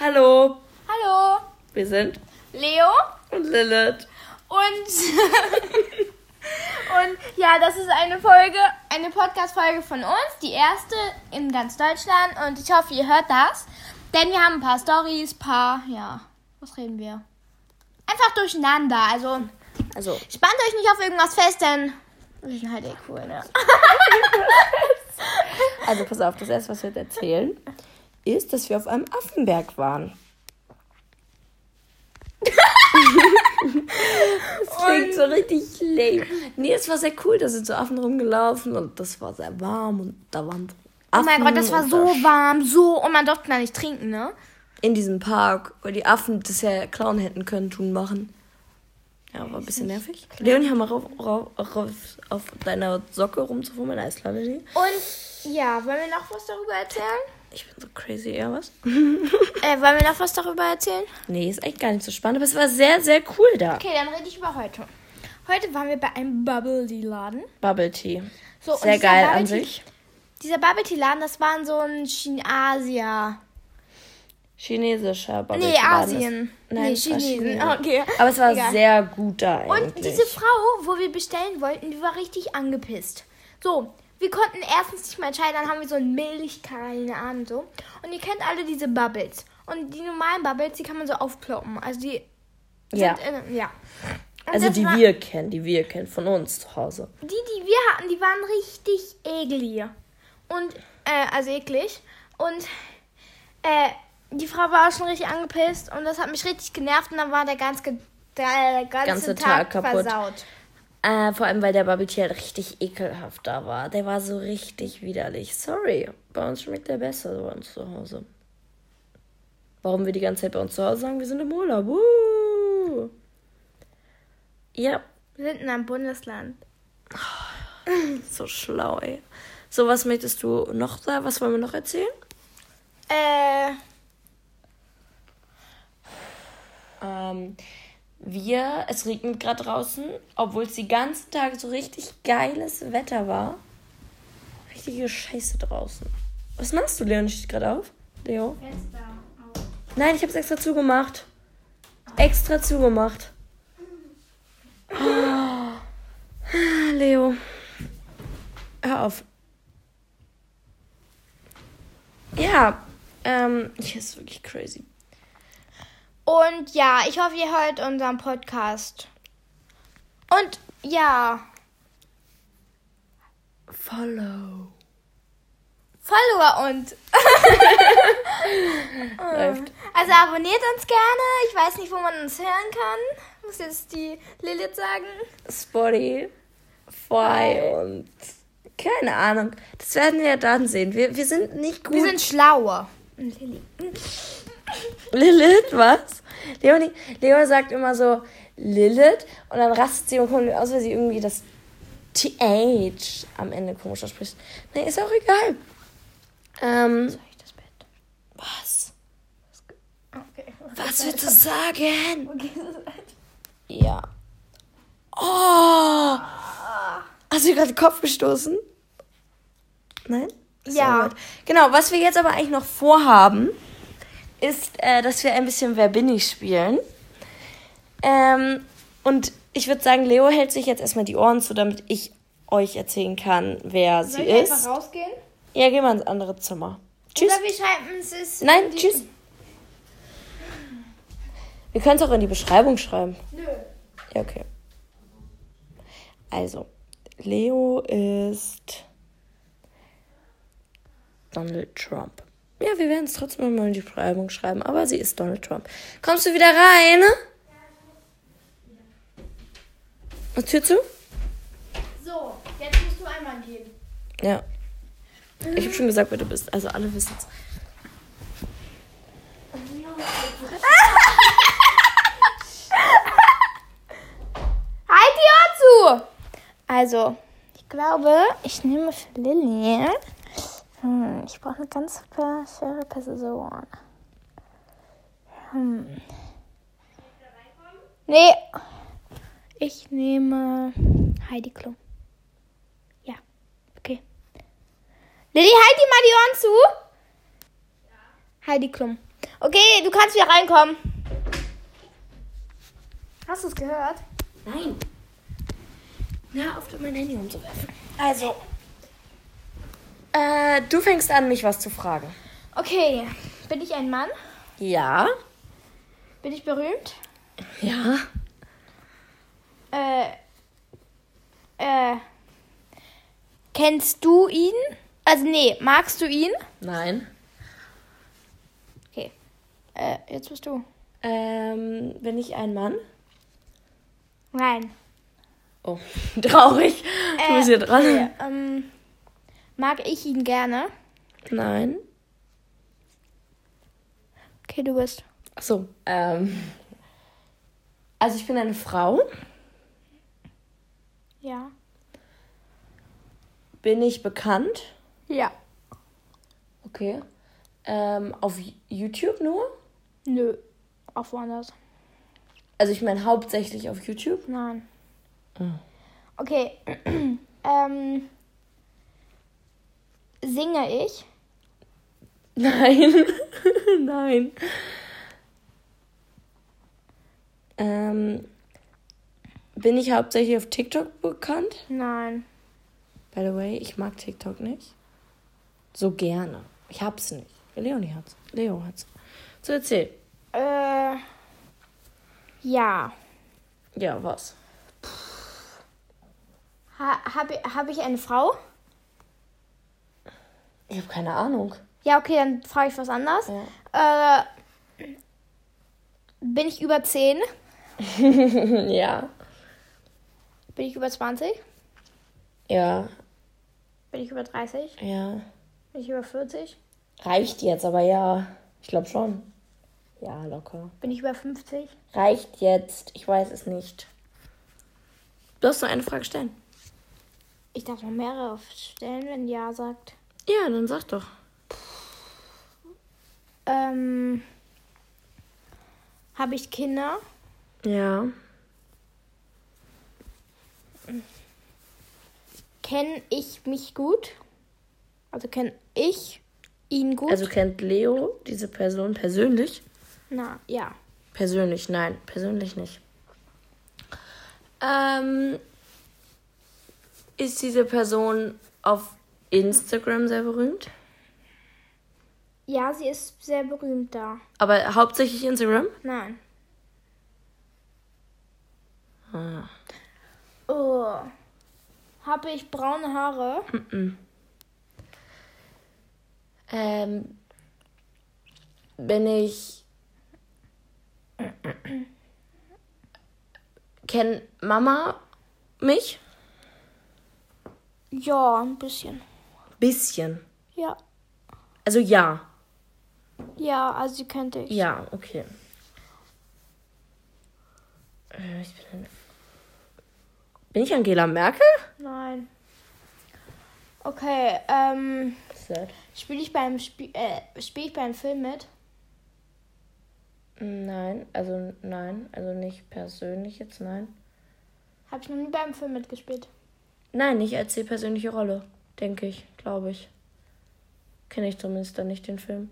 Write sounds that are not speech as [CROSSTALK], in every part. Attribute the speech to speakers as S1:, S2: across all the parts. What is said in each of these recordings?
S1: Hallo,
S2: Hallo,
S1: wir sind
S2: Leo
S1: und Lilith.
S2: und [LAUGHS] und ja, das ist eine Folge, eine Podcast Folge von uns, die erste in ganz Deutschland und ich hoffe, ihr hört das, denn wir haben ein paar Stories, paar ja, was reden wir? Einfach durcheinander, also
S1: Also,
S2: spannt euch nicht auf irgendwas fest, denn wir sind halt eh cool, ne?
S1: also pass auf, das erste, was wir jetzt erzählen, ist, dass wir auf einem Affenberg waren.
S2: [LAUGHS]
S1: das klingt so richtig lame. Nee, es war sehr cool, da sind so Affen rumgelaufen und das war sehr warm und da waren
S2: Oh
S1: Affen.
S2: mein Gott, das war
S1: und
S2: so
S1: da-
S2: warm, so und man durfte da nicht trinken, ne?
S1: In diesem Park, weil die Affen das ja klauen hätten können, tun machen. Ja, war ein bisschen nervig. Leonie, hör mal rauf, rauf, rauf, auf deiner Socke rumzufummeln, Eislade die.
S2: Und ja, wollen wir noch was darüber erzählen?
S1: Ich bin so crazy, ja was? [LAUGHS]
S2: Äh, wollen wir noch was darüber erzählen?
S1: Nee, ist eigentlich gar nicht so spannend, aber es war sehr, sehr cool da.
S2: Okay, dann rede ich über heute. Heute waren wir bei einem Bubble Tea Laden.
S1: Bubble Tea.
S2: So, und
S1: sehr
S2: dieser
S1: geil
S2: Bubble
S1: an
S2: Tea-
S1: sich.
S2: Dieser Bubble Tea Laden, das war in so ein Chinasia.
S1: Chinesischer Bubble
S2: Nee,
S1: Tea. war das.
S2: Asien.
S1: Nein,
S2: nee,
S1: es war
S2: Chinesen.
S1: Chinesisch.
S2: [LAUGHS] Okay.
S1: Aber es war
S2: Egal.
S1: sehr gut da
S2: Und
S1: eigentlich.
S2: diese Frau, wo wir bestellen wollten, die war richtig angepisst. So, wir konnten erstens nicht mehr entscheiden, dann haben wir so einen Milchkaramell und so. Und ihr kennt alle diese Bubbles. Und die normalen Bubbles, die kann man so aufploppen. Also die
S1: ja,
S2: sind in, ja. Und
S1: also
S2: das
S1: die
S2: war-
S1: wir kennen, die wir kennen von uns zu Hause.
S2: Die, die wir hatten, die waren richtig eklig. Und, äh, also eklig. Und, äh, die Frau war auch schon richtig angepisst und das hat mich richtig genervt und dann war der ganze, der ganze,
S1: Ganze Tag
S2: Tag,
S1: kaputt.
S2: versaut.
S1: Äh, vor allem, weil der Bubble Tea halt richtig ekelhaft da war. Der war so richtig widerlich. Sorry, bei uns schmeckt der besser bei uns zu Hause. Warum wir die ganze Zeit bei uns zu Hause sagen, wir sind im Urlaub. Uh. Ja,
S2: Wir sind in einem Bundesland.
S1: So schlau, ey. So, was möchtest du noch da? Was wollen wir noch erzählen?
S2: Äh,
S1: Ähm, wir, es regnet gerade draußen, obwohl es die ganzen Tage so richtig geiles Wetter war. Richtige Scheiße draußen. Was machst du, Leon? Steht gerade auf? Leo? Nein, ich hab's extra zugemacht. Extra zugemacht. Oh. Leo. Hör auf. Ja, ähm, hier ist wirklich crazy.
S2: und ja, ich hoffe, ihr hört unseren Podcast. Und, ja,
S1: Follow.
S2: Follower und.
S1: Läuft.
S2: Also abonniert uns gerne. Ich weiß nicht, wo man uns hören kann. Muss jetzt die Lilith sagen.
S1: Spotify und keine Ahnung. Das werden wir ja dann sehen. Wir, wir sind nicht gut.
S2: Wir sind schlauer.
S1: Lilith, was? Leonie, Leo sagt immer so Lilith und dann rastet sie und kommt aus, weil sie irgendwie das TH am Ende komisch ausspricht. Nee, ist auch egal. Ähm,
S2: ich das Bett?
S1: was?
S2: Okay.
S1: Was willst du sagen? Ja. Oh! Hast du gerade den Kopf gestoßen? Nein? Ist
S2: Ja.
S1: auch gut. Genau, was wir jetzt aber eigentlich noch vorhaben, ist, äh, dass wir ein bisschen Wer bin ich spielen. Ähm, und ich würde sagen, Leo hält sich jetzt erstmal die Ohren zu, damit ich euch erzählen kann, wer sie
S2: Soll ich
S1: ist.
S2: einfach rausgehen?
S1: Ja, geh mal ins andere Zimmer. Tschüss.
S2: Oder wir schreiben es ist.
S1: Nein, tschüss. Wir können es auch in die Beschreibung schreiben.
S2: Nö.
S1: Ja, okay. Also, Leo ist Donald Trump. Ja, wir werden es trotzdem mal in die Beschreibung schreiben, aber sie ist Donald Trump. Kommst du wieder rein? Und Tür zu?
S2: So, jetzt musst du einmal gehen.
S1: Ja. Ich habe schon gesagt, wer du bist. Also alle wissen es.
S2: Halt die Ohren zu! Also, ich glaube, ich nehme für Lilly. Hm, ich brauche eine ganz faire Person. Hm. Nee. Ich nehme Heidi Klum. Ja, okay. Lilly, halt die mal die Ohren zu. Heidi Klum. Okay, du kannst wieder reinkommen. Hast du es gehört?
S1: Nein. Na, auf mein Handy umzuwerfen. Also. Äh, du fängst an, mich was zu fragen.
S2: Okay. Bin ich ein Mann?
S1: Ja.
S2: Bin ich berühmt?
S1: Ja.
S2: Äh. Äh. Kennst du ihn? Also, nee, magst du ihn?
S1: Nein.
S2: Okay. Äh, jetzt bist du.
S1: Ähm, bin ich ein Mann?
S2: Nein.
S1: Oh, [LAUGHS] traurig. du bist hier dran.
S2: Okay, ähm, mag ich ihn gerne?
S1: Nein.
S2: Okay, du bist.
S1: Ach so. Ähm. Also ich bin eine Frau.
S2: Ja.
S1: Bin ich bekannt?
S2: Ja.
S1: Okay. Ähm, auf YouTube nur?
S2: Nö. Auf woanders.
S1: Also ich meine hauptsächlich auf YouTube.
S2: Nein. Okay. [CLEARS THROAT] ähm, singe ich?
S1: [LAUGHS] Nein. [LAUGHS] Nein. Ähm, bin ich hauptsächlich auf TikTok bekannt?
S2: Nein.
S1: By the way, ich mag TikTok nicht. So gerne. Ich hab's nicht. Leonie hat's. Leo hat's. So erzähl.
S2: Äh, ja.
S1: Ja, was?
S2: Ha, Habe hab ich eine Frau?
S1: Ich habe keine Ahnung.
S2: Ja, okay, dann frage ich was anderes. Äh, bin ich über 10?
S1: [LAUGHS] Ja.
S2: Bin ich über 20?
S1: Ja.
S2: Bin ich über 30?
S1: Ja.
S2: Bin ich über 40?
S1: Reicht jetzt, aber ja. Ich glaube schon. Ja, locker.
S2: Bin ich über 50?
S1: Reicht jetzt. Ich weiß es nicht. Du hast nur eine Frage stellen.
S2: Ich darf noch mehrere stellen, wenn Ja sagt.
S1: Ja, dann sag doch.
S2: Ähm, habe ich Kinder?
S1: Ja.
S2: Kenne ich mich gut? Also kenne ich ihn gut?
S1: Also kennt Leo diese Person persönlich?
S2: Na, ja.
S1: Persönlich, nein. Persönlich nicht. Ähm, ist diese Person auf Instagram sehr berühmt?
S2: Ja, sie ist sehr berühmt da.
S1: Aber hauptsächlich Instagram?
S2: Nein. Oh. Habe ich braune Haare?
S1: Ähm, bin ich. Kennt Mama mich?
S2: Ja, ein bisschen.
S1: Bisschen.
S2: Ja.
S1: Also ja.
S2: Ja, also sie könnte ich.
S1: Ja, okay. Äh, Ich bin, eine- bin ich Angela Merkel?
S2: Nein. Okay, ähm, spiele ich beim Spiel, äh, spiele ich beim Film mit?
S1: Nein, also nein, also nicht persönlich jetzt, nein.
S2: Habe ich noch nie beim Film mitgespielt.
S1: Nein, nicht als die persönliche Rolle, denke ich, glaube ich. Kenne ich zumindest dann nicht den Film.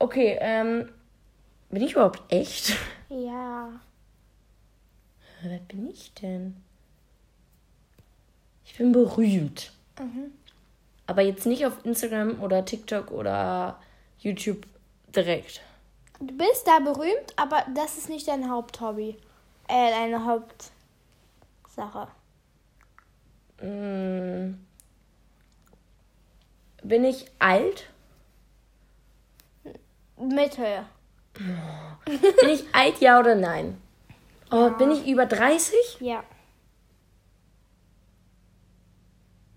S1: Okay, ähm, bin ich überhaupt echt?
S2: Ja.
S1: Wer bin ich denn? Ich bin berühmt. Aber jetzt nicht auf Instagram oder TikTok oder YouTube direkt.
S2: Du bist da berühmt, aber das ist nicht dein Haupthobby. Äh, deine Hauptsache.
S1: Hm. Bin ich alt?
S2: Mittel.
S1: Bin ich alt, ja oder nein? Oh, bin ich über 30?
S2: Ja.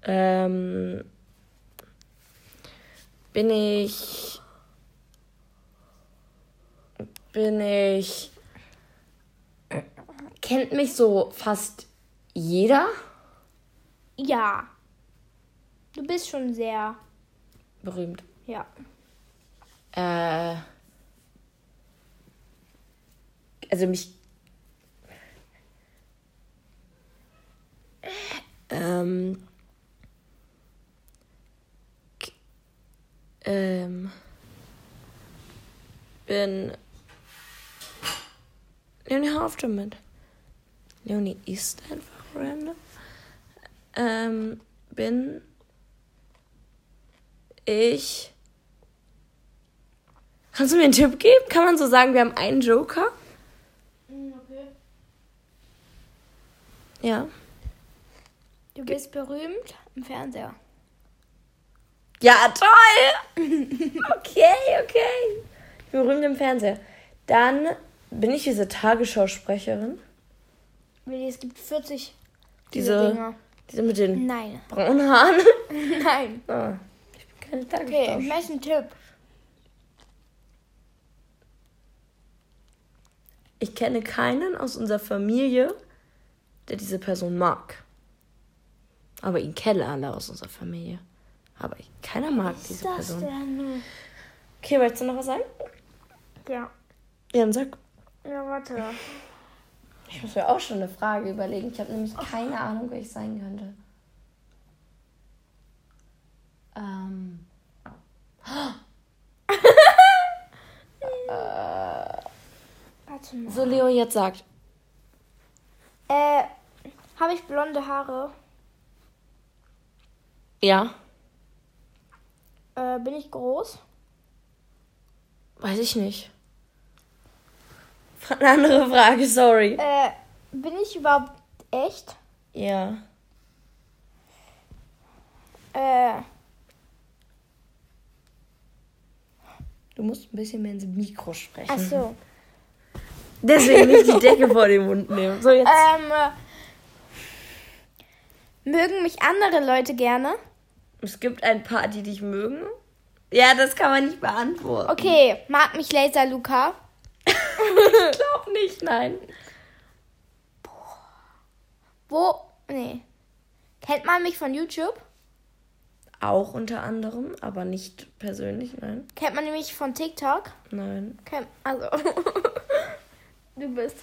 S1: Ähm, bin ich. Bin ich. Kennt mich so fast jeder?
S2: Ja. Du bist schon sehr.
S1: Berühmt.
S2: Ja.
S1: Äh, also mich. Ähm. k- Ähm. bin Leonie, hör auf damit. Leonie ist einfach random. Ähm, bin ich. Kannst du mir einen Tipp geben? Kann man so sagen, wir haben einen Joker?
S2: Okay.
S1: Ja.
S2: Du bist berühmt im Fernseher.
S1: Ja, toll! [LAUGHS] Okay, okay. Ich bin berühmt im Fernseher. Dann bin ich diese Tagesschausprecherin.
S2: Willi, es gibt 40
S1: Diese, diese,
S2: Dinger.
S1: mit den
S2: Nein.
S1: braunen Haaren.
S2: [LAUGHS]
S1: [LAUGHS]
S2: Nein.
S1: Ah, ich bin keine
S2: Okay, ich
S1: Tagesschau.
S2: möchte einen Tipp.
S1: Ich kenne keinen aus unserer Familie, der diese Person mag. Aber ihn kennen alle aus unserer Familie. Aber ich- keiner mag diese Person.
S2: denn?
S1: Okay, möchtest du noch was sagen?
S2: Ja.
S1: Ja, dann sag.
S2: Ja, warte.
S1: Ich muss mir auch schon eine Frage überlegen. Ich habe nämlich keine Ahnung, wer ich sein könnte. Ähm.
S2: Warte mal.
S1: So, Leo jetzt sagt.
S2: Äh, habe ich blonde Haare?
S1: Ja.
S2: Äh, bin ich groß?
S1: Weiß ich nicht. [LAUGHS] Eine andere Frage, sorry.
S2: Äh, bin ich überhaupt echt?
S1: Ja.
S2: Äh,
S1: Du musst ein bisschen mehr ins Mikro sprechen.
S2: ach [LAUGHS] so.
S1: Also, Deswegen nicht die Decke vor den Mund nehmen. So jetzt.
S2: Ähm, äh, mögen mich andere Leute gerne?
S1: Es gibt ein paar, die dich mögen. Ja, das kann man nicht beantworten. [LAUGHS]
S2: Okay, mag mich Laser Luca?
S1: Ich glaube nicht, nein.
S2: Wo? Nee. Kennt man mich von YouTube?
S1: Auch unter anderem, aber nicht persönlich, nein.
S2: Kennt man mich von TikTok?
S1: Nein.
S2: Kennt, also. [LAUGHS] du bist.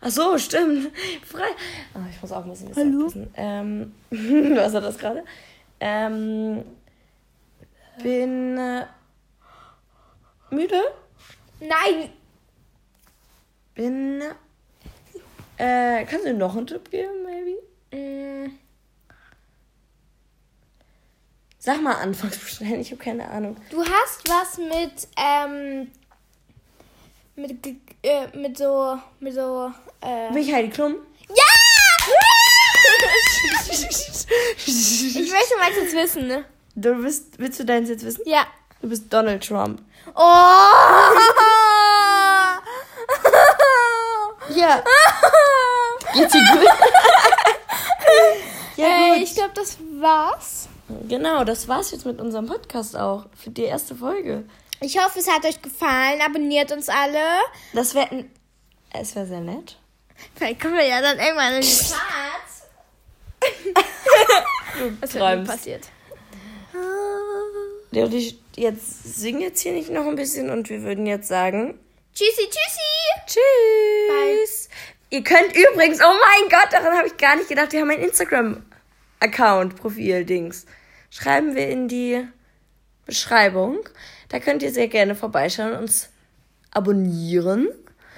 S1: Ach so, stimmt. [LAUGHS] Frei. Ah, ich muss auch ein bisschen Hallo? aufpassen. Ähm, [LAUGHS] was war das gerade? Ähm, bin äh, müde.
S2: Nein!
S1: Bin. Äh, kannst du mir noch einen Tipp geben, maybe?
S2: Mm,
S1: Sag mal Anfangsbuchstaben, ich habe keine Ahnung.
S2: Du hast was mit, ähm. Mit, ge- äh, mit so, mit so, äh.
S1: Bin ich Heidi Klum?
S2: Ja! [LAUGHS] ich möchte mal jetzt wissen, ne?
S1: [LAUGHS] Du bist, willst du deins jetzt wissen?
S2: Ja.
S1: Du bist Donald [LAUGHS] Trump.
S2: Oh! [LAUGHS]
S1: Ja. Geht's dir [LAUGHS] gut? ja,
S2: äh,
S1: gut.
S2: ich glaube, das war's.
S1: Genau, das war's jetzt mit unserem Podcast auch. Für die erste Folge.
S2: Ich hoffe, es hat euch gefallen. Abonniert uns alle.
S1: Das wäre. Es wäre sehr nett.
S2: Vielleicht kommen wir ja dann irgendwann in die Charts. [LAUGHS]
S1: Was
S2: passiert?
S1: Ah. Leo, die- jetzt sing jetzt hier nicht noch ein bisschen und wir würden jetzt sagen.
S2: Tschüssi, tschüssi.
S1: Tschüss. Ihr könnt übrigens, oh mein Gott, daran habe ich gar nicht gedacht. Wir haben ein Instagram-Account, Profil-Dings. Schreiben wir in die Beschreibung. Da könnt ihr sehr gerne vorbeischauen und uns abonnieren.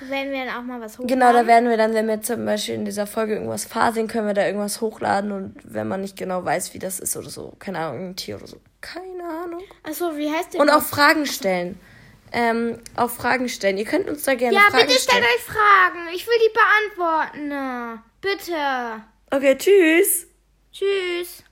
S2: Wenn wir dann auch mal was hochladen.
S1: Genau, da werden wir dann, wenn wir zum Beispiel in dieser Folge irgendwas faseln, können wir da irgendwas hochladen. Und wenn man nicht genau weiß, wie das ist oder so, keine Ahnung, ein Tier oder so, keine Ahnung.
S2: Achso, wie heißt der?
S1: Und auch Fragen stellen. Ähm, auch Fragen stellen. Ihr könnt uns da gerne
S2: ja,
S1: Fragen
S2: bitte
S1: stellen.
S2: stellt euch Fragen. Ich will die beantworten. Bitte.
S1: Okay, tschüss.
S2: Tschüss.